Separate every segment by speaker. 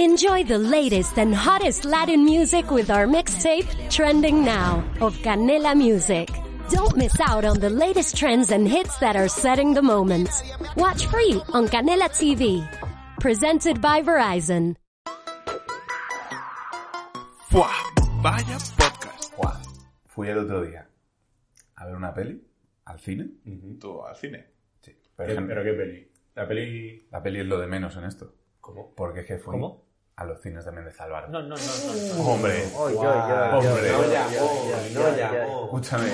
Speaker 1: Enjoy the latest and hottest Latin music with our mixtape, Trending Now, of Canela Music. Don't miss out on the latest trends and hits that are setting the moment. Watch free on Canela TV. Presented by Verizon.
Speaker 2: ¡Fua! Vaya podcast.
Speaker 3: Buah, Fui el otro día a ver una peli al cine.
Speaker 2: Tú al cine.
Speaker 3: Sí.
Speaker 4: ¿Qué-
Speaker 3: Pero,
Speaker 4: ¿Pero, qué peli? La peli...
Speaker 3: la peli es lo de menos en esto.
Speaker 4: ¿Cómo?
Speaker 3: Porque es que fui
Speaker 4: ¿Cómo?
Speaker 3: a los cines de Méndez Álvaro.
Speaker 4: No, no, no, no.
Speaker 3: Hombre,
Speaker 5: Oy, oy, oy,
Speaker 3: Hombre.
Speaker 5: oy,
Speaker 3: No
Speaker 5: oy,
Speaker 4: llamó,
Speaker 5: oy, oy,
Speaker 4: no
Speaker 5: oy, oy.
Speaker 4: llamó.
Speaker 3: Oh, escúchame.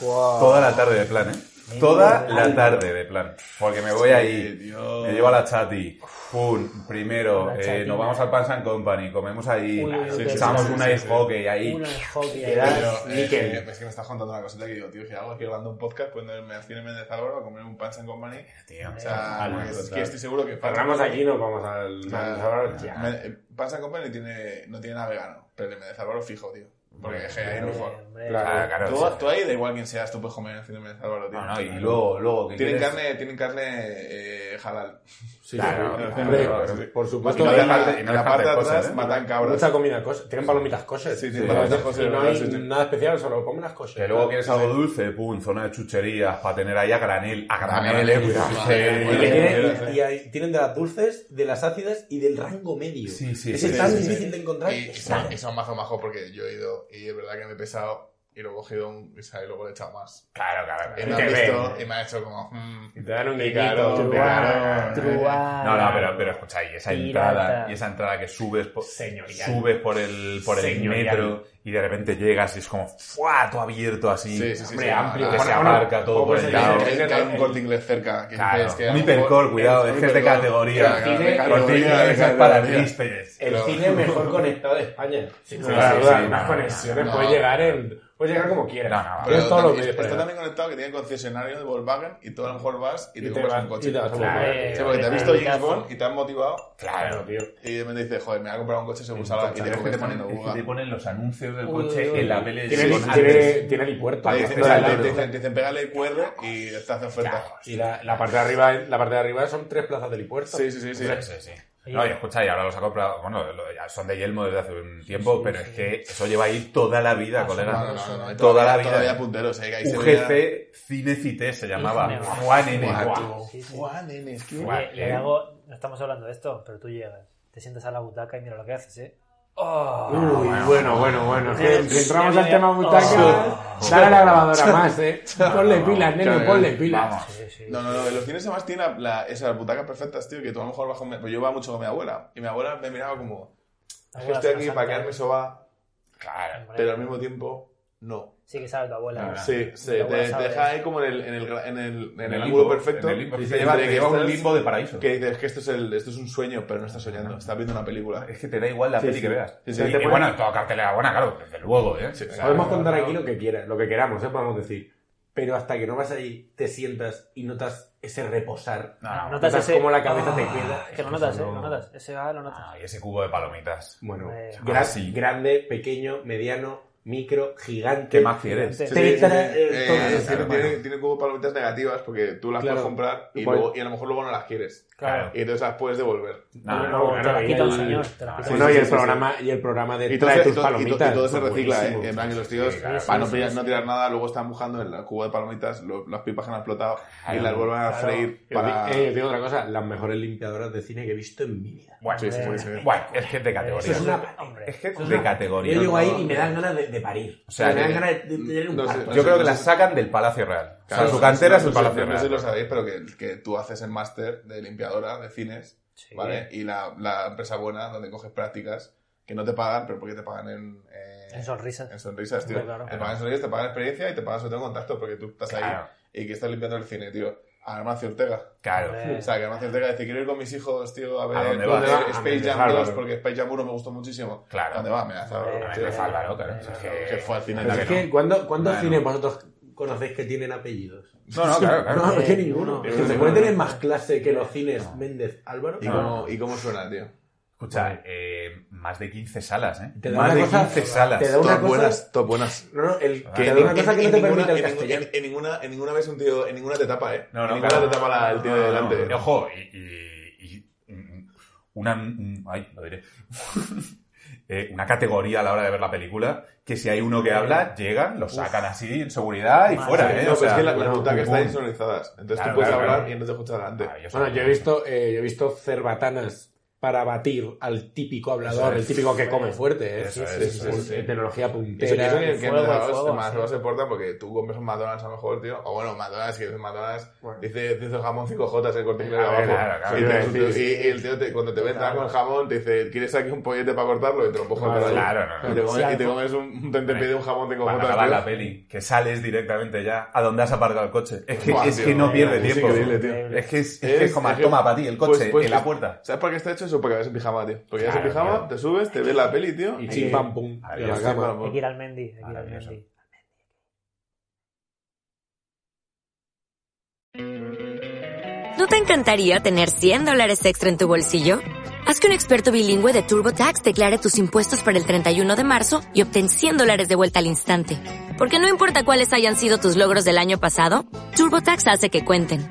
Speaker 5: Guau.
Speaker 3: Toda la tarde de plan, ¿eh? Toda
Speaker 5: Menudo
Speaker 3: la
Speaker 5: alma.
Speaker 3: tarde de plan. Porque me voy
Speaker 2: Eh,
Speaker 3: ahí.
Speaker 2: Dios.
Speaker 3: Me llevo a la chati. Pum, primero,
Speaker 5: La
Speaker 3: eh,
Speaker 5: chatina.
Speaker 3: nos vamos al Pans and Company, comemos ahí, ah,
Speaker 5: Uy, uy,
Speaker 2: uy,
Speaker 3: echamos
Speaker 2: sí,
Speaker 3: un
Speaker 2: sí,
Speaker 3: ice
Speaker 2: sí.
Speaker 3: hockey ahí.
Speaker 5: Una
Speaker 4: Te
Speaker 5: joya.
Speaker 4: das
Speaker 2: Pero, eh,
Speaker 4: níquel.
Speaker 2: eh, es que me estás contando una cosita que digo, tío, ¿qué hago? Aquí grabando un podcast, puedo irme al cine Méndez Álvaro a comer un Pants and Company.
Speaker 3: Tío,
Speaker 2: O sea,
Speaker 4: Algo
Speaker 2: es
Speaker 4: total.
Speaker 2: que estoy seguro que...
Speaker 4: Cerramos aquí, nos vamos al...
Speaker 2: O sea,
Speaker 4: Vamos a hablar, ya.
Speaker 2: Me- eh, Pants and Company tiene, no tiene nada vegano, pero el de Méndez Álvaro fijo, tío. Porque es que ahí no
Speaker 5: Hombre,
Speaker 2: fue.
Speaker 5: hombre.
Speaker 4: Claro.
Speaker 3: Ah, claro,
Speaker 2: Tú,
Speaker 3: sí.
Speaker 2: tú ahí da igual quién seas, tú puedes comer en el cine Méndez Álvaro, tío.
Speaker 3: No, no, y luego, luego, ¿qué
Speaker 2: Tienen
Speaker 3: quieres?
Speaker 2: carne, tienen carne eh, halal.
Speaker 4: Sí,
Speaker 3: Claro,
Speaker 4: sí,
Speaker 3: claro,
Speaker 4: hombre,
Speaker 3: claro,
Speaker 4: sí.
Speaker 3: sí.
Speaker 4: Por
Speaker 3: Y
Speaker 4: supuesto.
Speaker 3: no
Speaker 2: en
Speaker 3: dejan
Speaker 2: la,
Speaker 3: de- y no
Speaker 2: en la
Speaker 3: dejan de
Speaker 2: parte de
Speaker 3: cosas,
Speaker 2: atrás
Speaker 3: ¿eh?
Speaker 2: matan cabras.
Speaker 4: Mucha comida kosher. Tienen palomitas kosher.
Speaker 2: Sí, tienen
Speaker 4: Y
Speaker 2: palomitas kosher,
Speaker 4: No
Speaker 2: verdad,
Speaker 4: hay
Speaker 2: sí, sí.
Speaker 4: nada especial, solo pongo unas kosher.
Speaker 3: Que luego quieres algo dulce, pum, zona de chucherías, para tener ahí a granel, a granel, eh, cuidado.
Speaker 2: Vale,
Speaker 3: Sí.
Speaker 5: Y, que
Speaker 2: vale.
Speaker 5: tienen, y ahí tienen de las dulces, de las ácidas y del rango medio.
Speaker 3: Sí, sí,
Speaker 5: Ese
Speaker 3: sí,
Speaker 5: es tan
Speaker 3: sí,
Speaker 5: difícil de encontrar.
Speaker 2: Y, y son, y son mazo majo porque yo he ido y es verdad que me he pesado y luego he cogido un o sea, y luego le he echado más.
Speaker 3: Claro, claro.
Speaker 2: Y
Speaker 3: claro.
Speaker 2: me
Speaker 4: Te
Speaker 2: han visto
Speaker 4: ven.
Speaker 2: y me ha hecho como. mm,
Speaker 4: Y te dan un
Speaker 2: y
Speaker 4: guiñito.
Speaker 2: claro,
Speaker 4: Truán,
Speaker 2: claro,
Speaker 3: No, no, pero, pero escucha, y esa
Speaker 5: Pirata.
Speaker 3: entrada, y esa entrada que subes por,
Speaker 4: Señorial.
Speaker 3: subes por el, por el
Speaker 4: Señorial.
Speaker 3: metro y de repente llegas y es como, ¡fuá! Todo abierto así.
Speaker 2: Sí, sí, sí.
Speaker 4: Hombre,
Speaker 2: sí,
Speaker 4: amplio.
Speaker 2: ah,
Speaker 3: Que
Speaker 2: ah,
Speaker 3: se
Speaker 4: Bueno,
Speaker 3: abarca
Speaker 4: bueno,
Speaker 3: todo por
Speaker 4: pues
Speaker 3: el
Speaker 4: sí,
Speaker 3: lado.
Speaker 2: que hay- que hay un corte inglés cerca. Que
Speaker 3: Claro.
Speaker 2: dices que a
Speaker 3: un
Speaker 2: lo mejor-
Speaker 3: hipercore, cuidado,
Speaker 2: un
Speaker 3: es que es de
Speaker 2: hipercore.
Speaker 3: categoría.
Speaker 2: Claro,
Speaker 4: Tiene-
Speaker 2: de
Speaker 3: Cortina,
Speaker 2: categoría, de
Speaker 3: esa es para
Speaker 2: categoría.
Speaker 3: tríspedes.
Speaker 4: El
Speaker 2: Claro.
Speaker 4: cine mejor conectado de España. Sin
Speaker 3: sí,
Speaker 4: lugar a
Speaker 3: sí,
Speaker 4: dudas,
Speaker 3: sí,
Speaker 4: unas
Speaker 3: no,
Speaker 4: conexiones.
Speaker 2: no,
Speaker 4: puedes
Speaker 2: no.
Speaker 4: llegar en... Puedes llegar como quieras.
Speaker 3: No, no, no.
Speaker 4: Tienes
Speaker 2: Pero
Speaker 4: todos los
Speaker 2: también-
Speaker 4: medios para
Speaker 2: está
Speaker 4: llegar.
Speaker 2: también conectado que tiene concesionario de Volkswagen y tú a lo mejor vas y te
Speaker 4: Y te
Speaker 2: compras
Speaker 4: vas-
Speaker 2: un coche.
Speaker 4: y te vas a
Speaker 2: Sí,
Speaker 4: comprar.
Speaker 2: porque te has visto James Bond y te has motivado
Speaker 3: Claro.
Speaker 4: tío.
Speaker 2: y de repente dices, joder, me voy a comprar un coche según
Speaker 3: Escucha,
Speaker 2: salga y
Speaker 3: es
Speaker 2: te
Speaker 3: que
Speaker 2: coges
Speaker 3: te ponen-
Speaker 2: poniendo
Speaker 3: es que
Speaker 2: buga.
Speaker 3: te ponen los anuncios del
Speaker 5: Uy,
Speaker 3: coche
Speaker 5: uy,
Speaker 3: en la
Speaker 5: uy.
Speaker 3: tele.
Speaker 4: Tiene,
Speaker 3: Sí,
Speaker 4: el- tiene,
Speaker 3: antes.
Speaker 4: tiene el puerto.
Speaker 2: Te
Speaker 3: Vale,
Speaker 2: dicen,
Speaker 3: Pero
Speaker 2: te-
Speaker 3: al lado.
Speaker 2: te dicen- te dicen, pégale el QR y te hace oferta.
Speaker 4: Y la, la parte de arriba, la parte de arriba son tres plazas del helipuerto.
Speaker 2: Sí, sí, sí, sí.
Speaker 3: Sí, sí, sí. No, y escucha, y ahora los ha comprado, bueno, lo- ya son de Yelmo desde hace un tiempo, pero es que eso lleva ahí toda la vida,
Speaker 5: Ah,
Speaker 3: colega.
Speaker 2: No, no, no, no,
Speaker 3: toda la vida.
Speaker 2: Todavía punteros, eh, que ahí se veía-
Speaker 3: UGC Cinecité se llamaba.
Speaker 6: Híjole, va.
Speaker 3: Juan N.
Speaker 2: Buah,
Speaker 3: Guau.
Speaker 2: tú.
Speaker 6: Sí, sí.
Speaker 2: Buah, nene, es que-
Speaker 3: Guau,
Speaker 6: Oye, y
Speaker 3: eh.
Speaker 6: luego, no estamos hablando de esto, pero tú llegas, te sientas a la butaca y mira lo que haces, ¿eh? ¡Oh!
Speaker 4: Uy, bueno, bueno, bueno.
Speaker 6: Eh,
Speaker 4: Si entramos
Speaker 6: eh,
Speaker 4: al tema
Speaker 6: eh, Ah,
Speaker 4: butacas, dale a la grabadora más, eh. Ponle pilas, nene,
Speaker 2: Claro,
Speaker 4: ponle pilas.
Speaker 3: Vamos.
Speaker 6: Sí, sí.
Speaker 2: No, no, no, en los cines además tiene la- la- esas butacas perfectas, tío, que tú a lo mejor bajo... Pues yo iba mucho con mi abuela, y mi abuela me miraba como, "Yo
Speaker 6: La abuela
Speaker 2: estoy
Speaker 6: es una
Speaker 2: aquí
Speaker 6: santa,
Speaker 2: para quedarme soba,
Speaker 3: Claro.
Speaker 6: hombre.
Speaker 2: pero al mismo tiempo, no.
Speaker 6: Sí que sabe tu abuela. ¿no?
Speaker 2: Sí, sí,
Speaker 6: Tu
Speaker 2: te,
Speaker 6: abuela
Speaker 2: te
Speaker 6: sabe.
Speaker 2: deja ahí como en el, en el, gra- en el, en el
Speaker 3: limbo,
Speaker 2: ángulo perfecto.
Speaker 3: en el limbo.
Speaker 2: y
Speaker 3: Te
Speaker 2: se
Speaker 3: lleva,
Speaker 2: entre
Speaker 3: te
Speaker 2: que
Speaker 3: lleva un
Speaker 2: estás-
Speaker 3: limbo de paraíso.
Speaker 2: Que dices que esto es, el, esto es un sueño, pero no estás soñando, estás viendo una película.
Speaker 3: Es que te da igual la
Speaker 2: Sí,
Speaker 3: peli
Speaker 2: sí.
Speaker 3: que veas.
Speaker 2: Sí, sí.
Speaker 3: y, y bueno, todo cartelera buena, claro, desde luego, ¿eh?
Speaker 2: Sí, claro.
Speaker 4: Podemos contar aquí lo que quieras, lo que queramos, eh, podemos decir. Pero hasta que no vas ahí, te sientas y notas ese reposar.
Speaker 3: No, no,
Speaker 6: Notas
Speaker 4: notas
Speaker 6: ese...
Speaker 4: cómo la cabeza te
Speaker 6: Ah,
Speaker 4: queda.
Speaker 6: Que lo notas, ¿eh?
Speaker 3: No.
Speaker 6: Lo notas. Ese va, lo notas.
Speaker 3: Ah, y ese cubo de palomitas.
Speaker 4: Bueno,
Speaker 6: Eh,
Speaker 4: gran-
Speaker 3: sí.
Speaker 4: grande, pequeño, mediano, micro, gigante.
Speaker 3: ¿Qué más quieres?
Speaker 6: Sí,
Speaker 2: Sí,
Speaker 4: Te
Speaker 2: sí, sí, sí.
Speaker 4: quitan, eh,
Speaker 2: Eh,
Speaker 4: todo
Speaker 2: tiene-
Speaker 4: eso,
Speaker 2: tiene,
Speaker 4: hermano.
Speaker 2: tiene como palomitas negativas porque tú las
Speaker 4: Claro.
Speaker 2: puedes comprar y,
Speaker 4: Igual.
Speaker 2: luego, y a lo mejor luego no las quieres.
Speaker 3: Claro.
Speaker 2: Y entonces las puedes devolver.
Speaker 3: No, no,
Speaker 4: Pero luego
Speaker 6: te
Speaker 4: claro,
Speaker 6: la
Speaker 4: y
Speaker 6: quita un
Speaker 4: el-
Speaker 6: señor, te la quita
Speaker 4: Bueno,
Speaker 2: Sí,
Speaker 4: y
Speaker 2: sí,
Speaker 4: el
Speaker 2: sí,
Speaker 4: programa, y el programa de
Speaker 2: Y,
Speaker 4: trae
Speaker 2: entonces-
Speaker 4: tus
Speaker 2: y to- y to-
Speaker 4: palomitas.
Speaker 2: y todo se recicla,
Speaker 4: Buenísimo.
Speaker 2: ¿eh? En plan que los tíos,
Speaker 3: Sí, claro.
Speaker 2: para no, pillar- no tirar nada, luego están buscando el cubo de palomitas, lo- las pipas que han explotado y las vuelven a freír
Speaker 4: Yo
Speaker 2: para...
Speaker 4: di- eh, yo digo otra cosa, las mejores limpiadoras de cine que he visto en mi vida.
Speaker 3: Bueno,
Speaker 2: Sí, sí, sí, sí.
Speaker 3: bueno, es que es de
Speaker 6: Eso
Speaker 3: categoría.
Speaker 6: es
Speaker 4: Es
Speaker 6: una...
Speaker 4: una-
Speaker 6: Hombre.
Speaker 3: Es que es
Speaker 4: es
Speaker 3: de
Speaker 4: una-
Speaker 3: categoría.
Speaker 4: yo llego ahí
Speaker 2: no,
Speaker 4: y me dan ganas de, de parir. O
Speaker 3: sea,
Speaker 4: sea, me dan
Speaker 2: que-
Speaker 4: ganas de, de tener un
Speaker 2: no sé,
Speaker 4: parto.
Speaker 2: no
Speaker 3: Yo
Speaker 2: sé,
Speaker 3: creo que
Speaker 2: no
Speaker 3: la
Speaker 2: sé.
Speaker 3: sacan del Palacio Real.
Speaker 2: Claro,
Speaker 3: o sea, su
Speaker 2: no
Speaker 3: cantera
Speaker 2: sé-
Speaker 3: es el
Speaker 2: no sé-
Speaker 3: Palacio
Speaker 2: No sé
Speaker 3: Real.
Speaker 2: si lo sabéis, pero que, que tú haces el máster de limpiadora de cines,
Speaker 6: Sí.
Speaker 2: ¿vale? Y la, la empresa buena, donde coges prácticas, que no te pagan, pero porque te pagan en... eh,
Speaker 6: En sonrisas.
Speaker 2: en sonrisas, tío.
Speaker 6: Hombre, claro.
Speaker 2: Te pagan en sonrisas, te pagan experiencia y te pagan sobre todo en contacto porque tú estás ahí
Speaker 3: Claro.
Speaker 2: y que estás limpiando el cine, tío. A Armacio Ortega.
Speaker 3: Claro.
Speaker 6: Eh,
Speaker 2: O sea, que Armacio Ortega dice, quiero ir con mis hijos, tío, a ver
Speaker 3: ¿A dónde
Speaker 2: dónde
Speaker 3: vas?
Speaker 2: ver Space
Speaker 4: A
Speaker 2: Jam
Speaker 4: Mendes
Speaker 2: 2,
Speaker 4: Álvaro.
Speaker 2: porque Space Jam 1 me gustó muchísimo.
Speaker 3: Claro.
Speaker 2: ¿A ¿Dónde va? Me da
Speaker 6: Hombre,
Speaker 2: Álvaro,
Speaker 3: A
Speaker 2: tío.
Speaker 3: ver, es Álvaro, claro. Es
Speaker 2: Que fue al cine.
Speaker 3: Pero
Speaker 4: Pero
Speaker 2: tío.
Speaker 4: es
Speaker 3: que
Speaker 4: que, ¿cuándo- ¿cuántos
Speaker 3: Bueno.
Speaker 4: cines vosotros conocéis que tienen apellidos? Eh,
Speaker 3: No, no, claro,
Speaker 4: no,
Speaker 3: claro.
Speaker 4: es que ninguno.
Speaker 2: pero
Speaker 4: Es que se
Speaker 2: ninguno.
Speaker 4: puede tener más clase que los cines Méndez Álvaro.
Speaker 2: ¿Y, cómo, ¿Y cómo suena, tío?
Speaker 3: Escucha, eh, más de 15 salas, ¿eh?
Speaker 4: Te da
Speaker 3: más
Speaker 4: una
Speaker 3: de
Speaker 4: cosa-
Speaker 3: 15 salas.
Speaker 4: te da una
Speaker 2: Top
Speaker 4: cosa-
Speaker 2: buenas, top buenas.
Speaker 4: No, no, el,
Speaker 3: Ah.
Speaker 4: que te da una cosa que no te
Speaker 2: ninguna-
Speaker 4: permite el
Speaker 2: en ningún-
Speaker 4: castellano.
Speaker 2: En, en ninguna, en ninguna ves un tío, en ninguna te tapa, ¿eh?
Speaker 3: No, Eh, no,
Speaker 2: en ninguna
Speaker 3: claro.
Speaker 2: te tapa la- el tío de
Speaker 3: No, no,
Speaker 2: delante.
Speaker 3: no. Ojo, y, y- y- una, un- ay, lo diré, Eh, una categoría a la hora de ver la película que si hay uno que habla, llegan, lo sacan así en seguridad y
Speaker 6: Madre
Speaker 3: fuera,
Speaker 2: No,
Speaker 3: ¿eh?
Speaker 2: pero
Speaker 3: O sea,
Speaker 2: es que la- las
Speaker 4: bueno,
Speaker 2: butacas
Speaker 3: pum,
Speaker 2: están insonorizadas. Entonces
Speaker 3: Claro,
Speaker 2: tú puedes
Speaker 3: claro,
Speaker 2: hablar
Speaker 3: claro.
Speaker 2: y no te escucha la gente.
Speaker 3: Ah, yo soy-
Speaker 4: Bueno, yo he visto, eh, yo he visto cerbatanas para batir al típico hablador,
Speaker 3: Eso es.
Speaker 4: el típico que come fuerte, ¿eh?
Speaker 3: Eso es,
Speaker 4: Sí, sí,
Speaker 3: eso
Speaker 4: sí,
Speaker 3: es.
Speaker 4: sí, Tecnología
Speaker 2: Eso,
Speaker 4: puntera.
Speaker 2: eso que, que
Speaker 6: fuego,
Speaker 2: en los
Speaker 6: fuego,
Speaker 2: en McDonald's
Speaker 6: sí.
Speaker 2: se porta porque tú compras un McDonald's a lo mejor, tío. O bueno, McDonald's, que dice McDonald's,
Speaker 4: Bueno.
Speaker 2: dice, dice jamón 5J, el corte inglés
Speaker 4: A ver,
Speaker 2: abajo.
Speaker 3: claro, claro,
Speaker 2: y, te-
Speaker 4: claro,
Speaker 2: tú-
Speaker 4: sí,
Speaker 2: y- y el tío, te- cuando te ven
Speaker 6: Claro.
Speaker 2: con el jamón, te dice, ¿quieres aquí un pollete para cortarlo? Y te lo cojo
Speaker 4: Claro,
Speaker 2: te lo-
Speaker 3: claro, no, no.
Speaker 2: y te comes,
Speaker 6: Sí,
Speaker 2: y te
Speaker 6: algo.
Speaker 2: comes un, un tentempié de un jamón 5J.
Speaker 3: Cuando acaba
Speaker 2: tío.
Speaker 3: la peli, que sales directamente ya a donde has aparcado el coche. Es que,
Speaker 2: Buah,
Speaker 3: es
Speaker 2: tío,
Speaker 3: que no
Speaker 2: es
Speaker 3: pierde tiempo.
Speaker 2: increíble, tío.
Speaker 3: Es que es, es que es como,
Speaker 2: es que-
Speaker 3: toma para ti el coche
Speaker 2: Pues- pues-
Speaker 3: en la puerta.
Speaker 2: ¿Sabes para qué está hecho eso? Para que vayas en pijama, tío. Porque ya
Speaker 3: Claro,
Speaker 2: en pijama,
Speaker 3: claro.
Speaker 2: te subes, te ves la peli, tío.
Speaker 4: Y
Speaker 2: y
Speaker 4: chim pam pum.
Speaker 3: Ahí
Speaker 4: de
Speaker 3: ya
Speaker 4: la
Speaker 3: está.
Speaker 4: cama.
Speaker 2: pues,
Speaker 6: Hay que ir al Mendy, hay que ir al
Speaker 3: Maravilloso.
Speaker 6: Mendy.
Speaker 7: ¿No te encantaría tener 100 dólares extra en tu bolsillo? Haz que un experto bilingüe de TurboTax declare tus impuestos para el 31 de marzo y obtén 100 dólares de vuelta al instante. Porque no importa cuáles hayan sido tus logros del año pasado, TurboTax hace que cuenten.